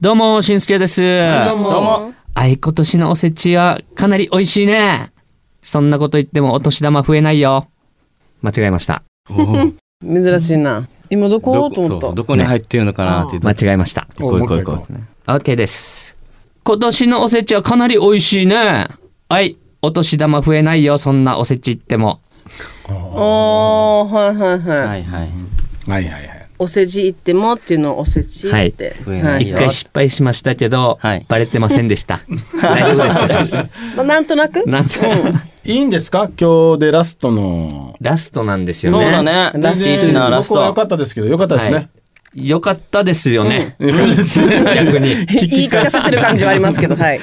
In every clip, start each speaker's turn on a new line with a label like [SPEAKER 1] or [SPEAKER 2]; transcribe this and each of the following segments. [SPEAKER 1] どうも、しんすけです。どう
[SPEAKER 2] どうも。
[SPEAKER 1] あい今年のおせちはかなり美味しいね。そんなこと言ってもお年玉増えないよ。間違えました。
[SPEAKER 2] 珍しいな。今ど
[SPEAKER 3] ど
[SPEAKER 2] こと思
[SPEAKER 3] そ
[SPEAKER 2] っ
[SPEAKER 3] う
[SPEAKER 2] た
[SPEAKER 3] そう。どこに入ってるのかなって言
[SPEAKER 1] 間
[SPEAKER 3] って
[SPEAKER 1] 違えました。
[SPEAKER 3] こうこうこう
[SPEAKER 1] OK です。今年のおせちはかなり美味しいね。はい、お年玉増えないよ、そんなおせち言っても。
[SPEAKER 2] おー、はいはいはい。
[SPEAKER 3] はいはい
[SPEAKER 4] はいはいはい。
[SPEAKER 2] お世辞言ってもっていうのをお世辞って。
[SPEAKER 3] は
[SPEAKER 2] はいい。
[SPEAKER 3] はい
[SPEAKER 1] 一回失敗しましたけど、
[SPEAKER 3] はい
[SPEAKER 1] バレてませんでした。 大丈夫でした。
[SPEAKER 2] まあ、なんとなく
[SPEAKER 1] なんと、
[SPEAKER 4] いいんですか今日でラストの。
[SPEAKER 1] ラストなんですよ
[SPEAKER 3] そう
[SPEAKER 1] ね。
[SPEAKER 3] だねラスティーチなラス
[SPEAKER 4] 僕は良か
[SPEAKER 3] ト
[SPEAKER 4] ったですけど、良かったです
[SPEAKER 1] は
[SPEAKER 4] ね。
[SPEAKER 1] い。よかったですよね。
[SPEAKER 4] 良かったですね。
[SPEAKER 1] 逆 に。
[SPEAKER 2] 言い聞かせてる感じはありますけど、はい。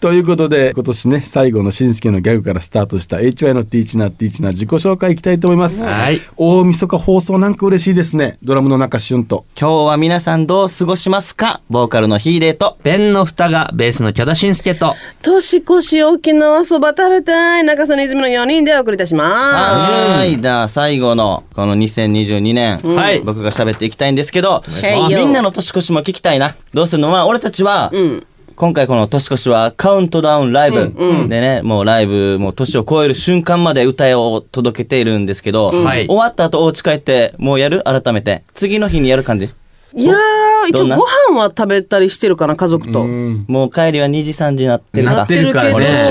[SPEAKER 4] ということで、今年ね、最後のしんすけのギャグからスタートした HY のティーチナーティーチナー自己紹介いきたいと思います。
[SPEAKER 1] はい。
[SPEAKER 4] 大晦日放送なんか嬉しいですね。ドラムの中旬と。
[SPEAKER 3] 今日は皆さんどう過ごしますかボーカルのヒーデーと
[SPEAKER 1] ペンの蓋がベースの許田信介と、
[SPEAKER 2] 年越し沖縄そば食べたい中曽根泉の4人でお送りいたしま
[SPEAKER 3] はいじゃあ最後のこの2022年
[SPEAKER 1] はい
[SPEAKER 3] 僕が喋っていきたいんですけど
[SPEAKER 2] ます
[SPEAKER 3] みんなの年越しも聞きたいなどうするのは俺たちは
[SPEAKER 2] ん
[SPEAKER 3] 今回この年越しはカウントダウンライブでねもうライブもう年を超える瞬間まで歌を届けているんですけど
[SPEAKER 1] はい
[SPEAKER 3] 終わった後お家帰ってもうやる改めて次の日にやる感じ
[SPEAKER 2] す。いやー、一
[SPEAKER 3] ど
[SPEAKER 2] 応
[SPEAKER 3] ん
[SPEAKER 2] ご
[SPEAKER 3] な
[SPEAKER 2] 飯は食べたりしてるかな、家族と。
[SPEAKER 3] もう帰りは2時3時になってるか
[SPEAKER 1] なってるから
[SPEAKER 2] なってる
[SPEAKER 1] ね。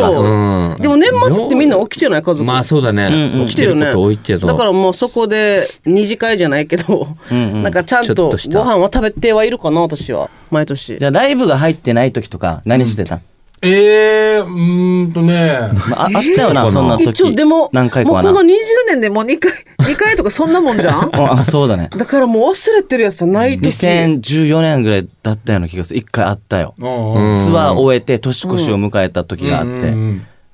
[SPEAKER 2] けど
[SPEAKER 1] う
[SPEAKER 2] でも年末ってみんな起きてない家族。
[SPEAKER 1] ん。まあそうだ
[SPEAKER 3] うんう
[SPEAKER 1] ね。
[SPEAKER 3] ん
[SPEAKER 1] 起きてること多いけど。
[SPEAKER 2] だからもうそこで二次会じゃないけど、
[SPEAKER 3] んうん
[SPEAKER 2] なんかちゃん
[SPEAKER 1] ちょっ
[SPEAKER 2] と
[SPEAKER 1] と
[SPEAKER 2] ご
[SPEAKER 1] した
[SPEAKER 2] 飯は食べてはいるかな私は毎年
[SPEAKER 3] じゃあライブが入ってない時とか何してた、
[SPEAKER 4] えー、うーんとね。
[SPEAKER 3] まあ、ああったよな、そんな時。
[SPEAKER 2] 一応でも
[SPEAKER 3] 何回か
[SPEAKER 2] もう
[SPEAKER 3] は
[SPEAKER 2] こ
[SPEAKER 3] な。
[SPEAKER 2] の20年でもう2回 二回とかそんなもんじ ゃん
[SPEAKER 3] あ、あそう だね。
[SPEAKER 2] だからもう忘れてるやつはないと
[SPEAKER 3] 2014年ぐらいだったような気がする。一回あったよ。
[SPEAKER 4] うん
[SPEAKER 1] うん
[SPEAKER 3] ツアーを終えて年越しを迎えた時があって。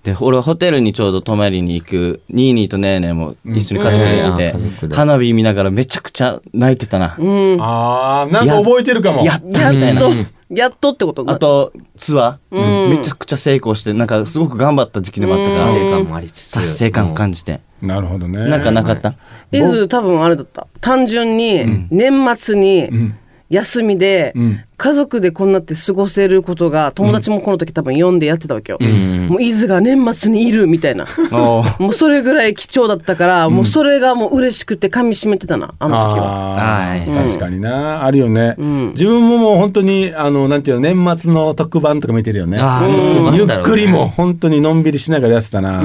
[SPEAKER 3] で、俺はホテルにちょうど泊まりに行く、ニーニーとネーネーも一緒に家族で行っ
[SPEAKER 1] うんええ
[SPEAKER 3] て
[SPEAKER 1] 家族、で
[SPEAKER 3] 花火見ながらめちゃくちゃ泣いてたな。
[SPEAKER 2] うん
[SPEAKER 4] あー、なんか覚えてるかも。
[SPEAKER 3] やった
[SPEAKER 2] や
[SPEAKER 3] みたい
[SPEAKER 2] っ
[SPEAKER 3] な
[SPEAKER 2] と。やっとってこと
[SPEAKER 3] あと、ツアー、
[SPEAKER 2] うん
[SPEAKER 3] めちゃくちゃ成功して、なんかすごく頑張った時期でもあった
[SPEAKER 1] 達
[SPEAKER 3] から、
[SPEAKER 1] 成感もありつつ。
[SPEAKER 3] 達成感を感じて。
[SPEAKER 4] なるほどね。
[SPEAKER 3] なんかなかった
[SPEAKER 2] 伊豆多分あれだった単純に年末に休みで、
[SPEAKER 4] ん
[SPEAKER 2] 家族でこんなって過ごせることが友達もこの時多分呼んでやってたわけよ、もう伊豆が年末にいるみたいな
[SPEAKER 3] おー
[SPEAKER 2] もうそれぐらい貴重だったから、もうそれがもう嬉しくて噛み締めてたなあの時は
[SPEAKER 4] あー
[SPEAKER 3] はい
[SPEAKER 4] 確かにな、あるよね、自分ももう本当にあのなんていうの年末の特番とか見てるよね
[SPEAKER 1] あー
[SPEAKER 4] ゆ
[SPEAKER 1] 特番だろうね
[SPEAKER 4] っくりも本当にのんびりしながらやってたな、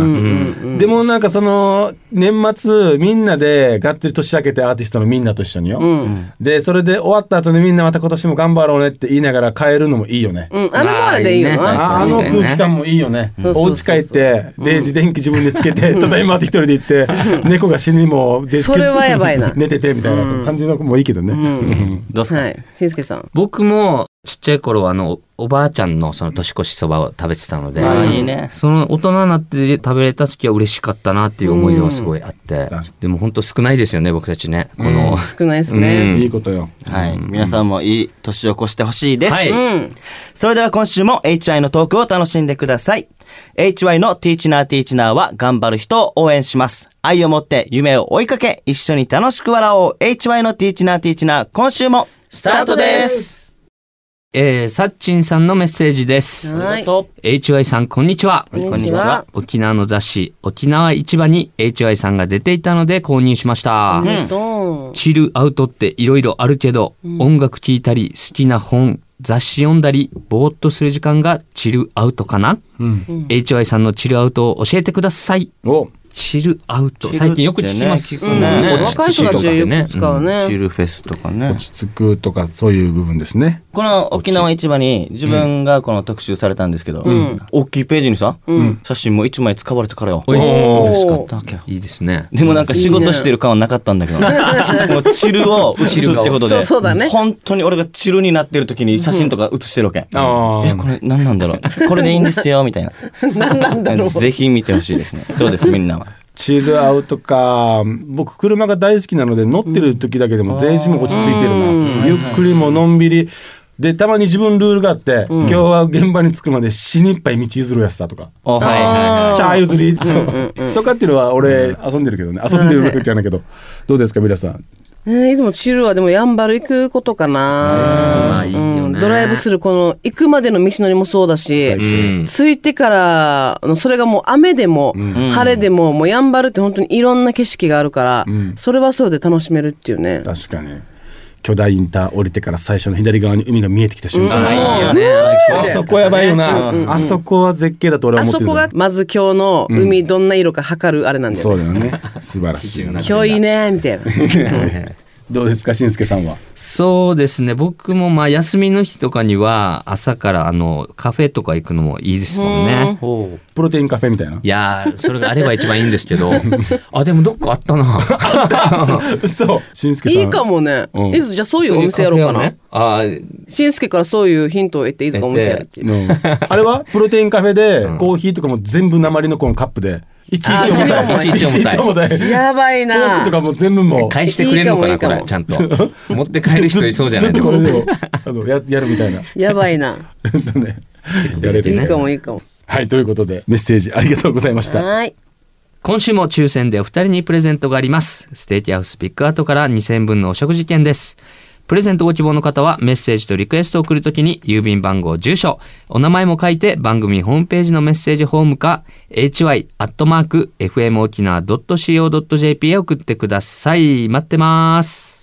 [SPEAKER 4] でもなんかその年末みんなでがっつり年明けてアーティストのみんなと一緒によ、でそれで終わった後にみんなまた今年も頑張ろうねって言いながら帰るのもいいよね、
[SPEAKER 2] うんあのままでいいよ
[SPEAKER 1] あーいいね
[SPEAKER 2] な
[SPEAKER 4] ああ
[SPEAKER 1] 確
[SPEAKER 4] の
[SPEAKER 1] かにね
[SPEAKER 4] 空気感もいいよね。
[SPEAKER 2] うん
[SPEAKER 4] お家帰って、デイジ電気自分でつけて、ただいまって一人で行って、猫が死にも、デイジ
[SPEAKER 2] それはやばいな
[SPEAKER 4] 寝ててみたいな感じの子もいいけどね。うん
[SPEAKER 3] どうすか
[SPEAKER 2] はいしんすけさん
[SPEAKER 1] 僕もちっちゃい頃はあのおばあちゃんのその年越しそばを食べてたので、
[SPEAKER 3] あーいいね
[SPEAKER 1] その大人になって食べれた時は嬉しかったなっていう思い出はすごいあって、でも本当少ないですよね僕たちねこの、
[SPEAKER 2] 少ないですね、
[SPEAKER 4] いいことよ。
[SPEAKER 3] はい。皆さんもいい年を越してほしいです。
[SPEAKER 1] はい
[SPEAKER 2] うん
[SPEAKER 3] それでは今週も HY のトークを楽しんでください。HY のティーチナーティーチナーは頑張る人を応援します。愛を持って夢を追いかけ、一緒に楽しく笑おう。HY のティーチナーティーチナー、今週もスタートです。
[SPEAKER 1] えー、サッチンさんのメッセージです、
[SPEAKER 2] はい
[SPEAKER 3] と
[SPEAKER 1] HY さんこんにちは
[SPEAKER 2] こん
[SPEAKER 3] こん
[SPEAKER 2] に
[SPEAKER 3] に
[SPEAKER 2] ち
[SPEAKER 3] ちは
[SPEAKER 2] は
[SPEAKER 1] 沖縄の雑誌沖縄市場に HY さんが出ていたので購入しました、
[SPEAKER 2] うんと
[SPEAKER 1] チルアウトっていろいろあるけど、音楽聴いたり好きな本雑誌読んだりぼーっとする時間がチルアウトかな、HY さんのチルアウトを教えてください
[SPEAKER 4] お、
[SPEAKER 1] チルアウト
[SPEAKER 3] チル
[SPEAKER 1] 最近よく聞きます
[SPEAKER 3] って
[SPEAKER 1] もん
[SPEAKER 3] ね
[SPEAKER 1] ね
[SPEAKER 3] うん
[SPEAKER 2] 若い人たちよく使うね、
[SPEAKER 3] チルフェスとかね
[SPEAKER 4] 落ち着くとか、そういう部分ですね。
[SPEAKER 3] この沖縄市場に自分がこの特集されたんですけど、大きいページにさ、写真も一枚使われてからよ。
[SPEAKER 2] おー
[SPEAKER 3] 嬉しかったわけよ。
[SPEAKER 1] いいですね
[SPEAKER 3] でもなんか仕事してる感はなかったんだけど、もうチルを写すってこと
[SPEAKER 2] そう
[SPEAKER 3] で、
[SPEAKER 2] そうだね
[SPEAKER 3] 本当に俺がチルになってる時に写真とか写してるわけ。
[SPEAKER 4] あ
[SPEAKER 3] え、これ何なんだろうこれでいいんですよみたいな。何なんだろうぜひ見てほしいですね。どうですみんなは。
[SPEAKER 4] チルアウトか、僕車が大好きなので、乗ってる時だけでも、デイジも落ち着いてるな。ゆっくりものんびり。でたまに自分ルールがあって、今日は現場に着くまで死にいっぱい道譲るやつだとか
[SPEAKER 3] おはいはいはい。
[SPEAKER 4] 茶譲り とかっていうのは俺遊んでるけどね遊んでるわけじゃないけどどうですか皆さん
[SPEAKER 2] えーいつもチルはでもやんばる行くことかな、
[SPEAKER 1] うんまあいいよね
[SPEAKER 2] うんドライブするこの行くまでの道のりもそうだし、
[SPEAKER 1] うん
[SPEAKER 2] 着いてからのそれがもう雨でも、晴れでももうやんばるって本当にいろんな景色があるから、それはそれで楽しめるっていうね。
[SPEAKER 4] 確かに巨大インター降りてから最初の左側に海が見えてきた瞬
[SPEAKER 1] あ
[SPEAKER 4] 間、
[SPEAKER 1] いいよね
[SPEAKER 4] あそこやばいよな、あそこは絶景だと俺
[SPEAKER 2] あ
[SPEAKER 4] は思って
[SPEAKER 2] そ
[SPEAKER 4] る
[SPEAKER 2] こがまず今日の海どんな色か測るあれなんだよ
[SPEAKER 4] そ
[SPEAKER 2] ね。
[SPEAKER 4] うだよね素晴らしいよね
[SPEAKER 2] 今日いいねみたいな。
[SPEAKER 4] どうですかしんすけさんは
[SPEAKER 1] そうですね僕もまあ休みの日とかには朝からあのカフェとか行くのもいいですもんね
[SPEAKER 3] おう
[SPEAKER 4] プロテインカフェみたいない
[SPEAKER 1] やーそれがあれば一番いいんですけどあでもどっかあったな
[SPEAKER 4] 嘘しんすけさん
[SPEAKER 2] いいかもね。
[SPEAKER 4] うん
[SPEAKER 2] いずじゃあそういうお店やろうかな。
[SPEAKER 1] あ
[SPEAKER 2] しんすけからそういうヒントを得ていずかお店やるっていう。
[SPEAKER 4] うんあれはプロテインカフェでコーヒーとかも全部鉛のこのカップでいちいち重た
[SPEAKER 2] あ
[SPEAKER 4] い
[SPEAKER 1] そ
[SPEAKER 2] ー
[SPEAKER 1] れ重たい
[SPEAKER 4] 重たい
[SPEAKER 2] やばい
[SPEAKER 4] フォー
[SPEAKER 2] な
[SPEAKER 4] クと。かも全部もう
[SPEAKER 1] 返してくれるのか
[SPEAKER 2] い
[SPEAKER 1] ない
[SPEAKER 2] か
[SPEAKER 1] こ
[SPEAKER 2] もいい
[SPEAKER 1] れちゃんと持って帰る人いそうじゃない
[SPEAKER 4] ず
[SPEAKER 1] で
[SPEAKER 4] っとこ
[SPEAKER 1] も
[SPEAKER 4] れでもあのややるみたいな
[SPEAKER 2] やばいな。
[SPEAKER 4] ねやれ
[SPEAKER 2] い
[SPEAKER 4] る
[SPEAKER 2] い
[SPEAKER 4] ね
[SPEAKER 2] かもいいかも。
[SPEAKER 4] はいということでメッセージありがとうございました
[SPEAKER 2] はい。
[SPEAKER 1] 今週も抽選でお二人にプレゼントがあります。ステーキハウスピックアウトから2000分のお食事券です。プレゼントご希望の方はメッセージとリクエストを送るときに郵便番号、住所、お名前も書いて番組ホームページのメッセージホームか hy.fmokina.co.jp へ送ってください。待ってます。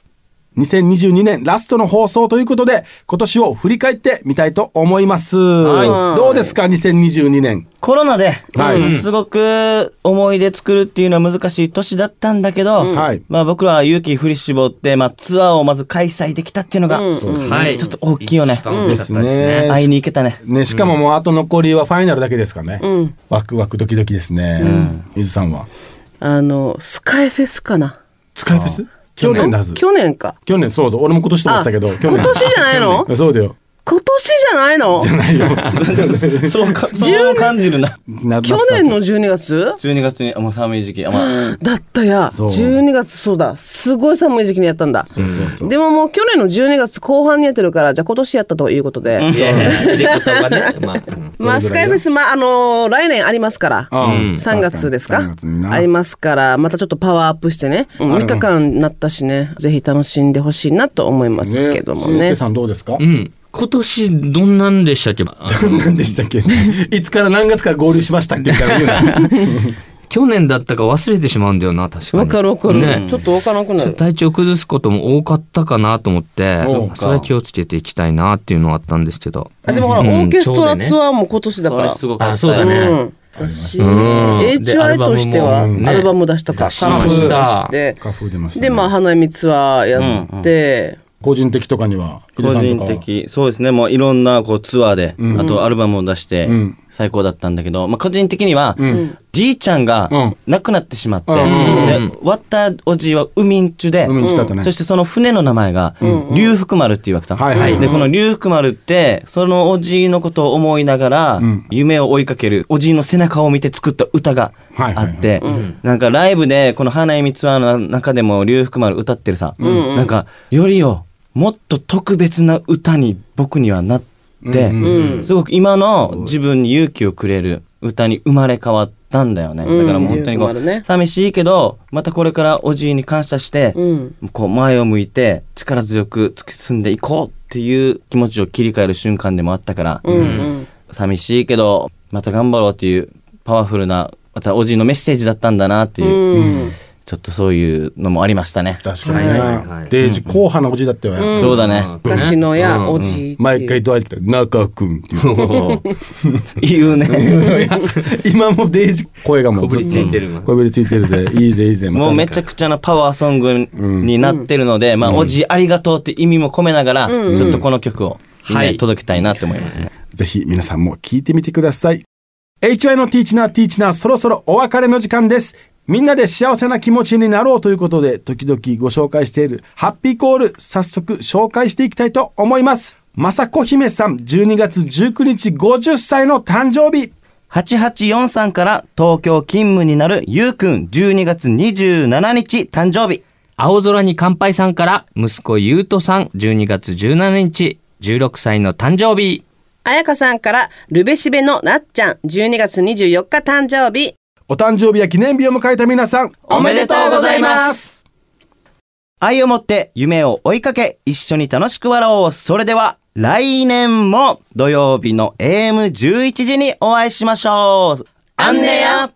[SPEAKER 4] 2022年ラストの放送ということで今年を振り返ってみたいと思います、
[SPEAKER 3] はい
[SPEAKER 4] どうですか2022年
[SPEAKER 3] コロナで、
[SPEAKER 4] はい
[SPEAKER 3] うんすごく思い出作るっていうのは難しい年だったんだけど、
[SPEAKER 4] はい
[SPEAKER 3] まあ僕らは勇気振り絞って、まあツアーをまず開催できたっていうのが、
[SPEAKER 1] はい。
[SPEAKER 3] 一つ大きいよね
[SPEAKER 1] 一。番大きかったですね。
[SPEAKER 3] 会いに行けたね。
[SPEAKER 4] ね、しかももうあと残りはファイナルだけですからね、
[SPEAKER 2] うん
[SPEAKER 4] ワクワクドキドキですね、伊豆さんは
[SPEAKER 2] あの、スカイフェスかな。
[SPEAKER 4] スカイフェス去年だはず
[SPEAKER 2] 去年か。
[SPEAKER 4] 去年そうそう俺も今年と思ってたけど
[SPEAKER 2] あ
[SPEAKER 4] 去年
[SPEAKER 2] 今年じゃないの
[SPEAKER 4] そう だよ
[SPEAKER 2] 今年じゃないの
[SPEAKER 4] ないよ
[SPEAKER 3] そうか、 そう感じるな。
[SPEAKER 2] 去年の12月
[SPEAKER 3] 12月に、あもう寒い時期。あまあ、
[SPEAKER 2] だったや。
[SPEAKER 4] そう
[SPEAKER 2] 12月、そうだ。すごい寒い時期にやったんだ。
[SPEAKER 4] そうそうそう
[SPEAKER 2] でももう去年の12月後半にやってるから、じゃあ今年やったということで。
[SPEAKER 1] いやいや入れ方が ね、まあ、うん
[SPEAKER 2] まあ、
[SPEAKER 4] そ
[SPEAKER 2] ス
[SPEAKER 4] れぐ
[SPEAKER 2] カイフェ
[SPEAKER 4] らいだ
[SPEAKER 2] ス、まあ、あのー来年ありますから。
[SPEAKER 4] うん
[SPEAKER 2] 3月ですか
[SPEAKER 4] 3月にな
[SPEAKER 2] ありますから、またちょっとパワーアップしてね。うん3日間になったしね、ぜひ楽しんでほしいなと思いますけども
[SPEAKER 4] 俊
[SPEAKER 2] ね。
[SPEAKER 4] 介さんどうですか
[SPEAKER 1] うん。今年どんなんでしたっけあ の
[SPEAKER 4] 何でしたっけいつから何月から合流しましたっけみたいな言うな
[SPEAKER 1] 去年だったか忘れてしまうんだよな確かに
[SPEAKER 2] わかるわかる、
[SPEAKER 1] ね
[SPEAKER 2] ちょっとわからなくな
[SPEAKER 1] ちょっと
[SPEAKER 2] る。
[SPEAKER 1] 体調崩すことも多かったかなと思って
[SPEAKER 4] そうか
[SPEAKER 1] それは気をつけていきたいなっていうのはあったんですけ ど
[SPEAKER 2] あでもほら、
[SPEAKER 1] うん
[SPEAKER 2] オーケストラツアーも今年だから。
[SPEAKER 3] それすごかった。
[SPEAKER 1] あそうだ
[SPEAKER 2] う
[SPEAKER 1] ね
[SPEAKER 2] ん。私、
[SPEAKER 1] んでア
[SPEAKER 2] HI
[SPEAKER 1] ルバムも
[SPEAKER 2] としては、ア
[SPEAKER 1] ね
[SPEAKER 2] ルバム出したか、
[SPEAKER 1] 出しま
[SPEAKER 4] した
[SPEAKER 2] カバー出
[SPEAKER 4] カフー出ました
[SPEAKER 2] し
[SPEAKER 4] ね
[SPEAKER 2] て、で、まあ、花見ツアーやって、
[SPEAKER 4] 個人的とかには
[SPEAKER 3] 個人的、そうですね、もういろんなこうツアーで、あとアルバムを出して
[SPEAKER 4] ん、
[SPEAKER 3] 最高だったんだけど、まあ個人的には、じいちゃん
[SPEAKER 4] う
[SPEAKER 3] が
[SPEAKER 4] ん
[SPEAKER 3] 亡くなってしまって、
[SPEAKER 4] うん
[SPEAKER 3] で割ったおじいは海んちゅで、
[SPEAKER 4] 海にしたったね
[SPEAKER 3] そしてその船の名前が、龍福丸っていうわけさ。
[SPEAKER 4] はいはい
[SPEAKER 3] で、この龍福丸って、そのおじいのことを思いながら
[SPEAKER 4] ん、
[SPEAKER 3] 夢を追いかける、おじいの背中を見て作った歌が
[SPEAKER 4] はい
[SPEAKER 3] あ
[SPEAKER 4] はいはい
[SPEAKER 3] って、なんかライブで、この花見ツアーの中でも龍福丸歌ってるさ、なんか、よりよ、もっと特別な歌に僕にはなって、
[SPEAKER 4] うん
[SPEAKER 2] うん
[SPEAKER 3] すごく今の自分に勇気をくれる歌に生まれ変わったんだよね。
[SPEAKER 2] うん
[SPEAKER 3] だからもう本当に
[SPEAKER 2] 勇気
[SPEAKER 3] こ
[SPEAKER 2] もあるね
[SPEAKER 3] う、寂しいけど、またこれからおじいに感謝して、
[SPEAKER 2] うん。
[SPEAKER 3] こう前を向いて力強く突き進んでいこうっていう気持ちを切り替える瞬間でもあったから、
[SPEAKER 2] うん。うん。
[SPEAKER 3] 寂しいけど、また頑張ろうっていうパワフルな、またおじいのメッセージだったんだなっていう、
[SPEAKER 2] うん。
[SPEAKER 3] ちょっとそういうのもありましたね。
[SPEAKER 4] 確か
[SPEAKER 1] はいはいは
[SPEAKER 4] に
[SPEAKER 1] い
[SPEAKER 4] ねデイジ後半のおじだったよね
[SPEAKER 3] そうだね。
[SPEAKER 2] 昔のや、おじいっていう。
[SPEAKER 4] 毎回どうやって中君っていう
[SPEAKER 3] 言うね。
[SPEAKER 4] いや 今もデイジ声がもう
[SPEAKER 1] こぶりついてる
[SPEAKER 4] ずっとこぶりついてるぜいいぜいいぜ
[SPEAKER 3] もうめち
[SPEAKER 4] ゃ
[SPEAKER 3] ゃくちゃなパワーソングになってるので、まあ、おじいありがとうって意味も込めながら、ちょっとこの曲をみんなに届けたいなって思いますね。
[SPEAKER 4] ぜひ皆さんも聞いてみてください HY のティーチナーティーチナーそろそろお別れの時間ですみんなで幸せな気持ちになろうということで時々ご紹介しているハッピーコール早速紹介していきたいと思います雅子姫さん12月19日50歳の誕生日
[SPEAKER 3] 884さんから東京勤務になるゆうくん12月27日誕生日。
[SPEAKER 1] 青空に乾杯さんから息子ゆうとさん12月17日16歳の誕生日。
[SPEAKER 2] 彩香さんから、ルベシベのなっちゃん、12月24日誕生日。
[SPEAKER 4] お誕生日や記念日を迎えた皆さん、
[SPEAKER 3] おめでとうございます愛を持って夢を追いかけ一緒に楽しく笑おうそれでは来年も土曜日の AM11 時にお会いしましょうアンネや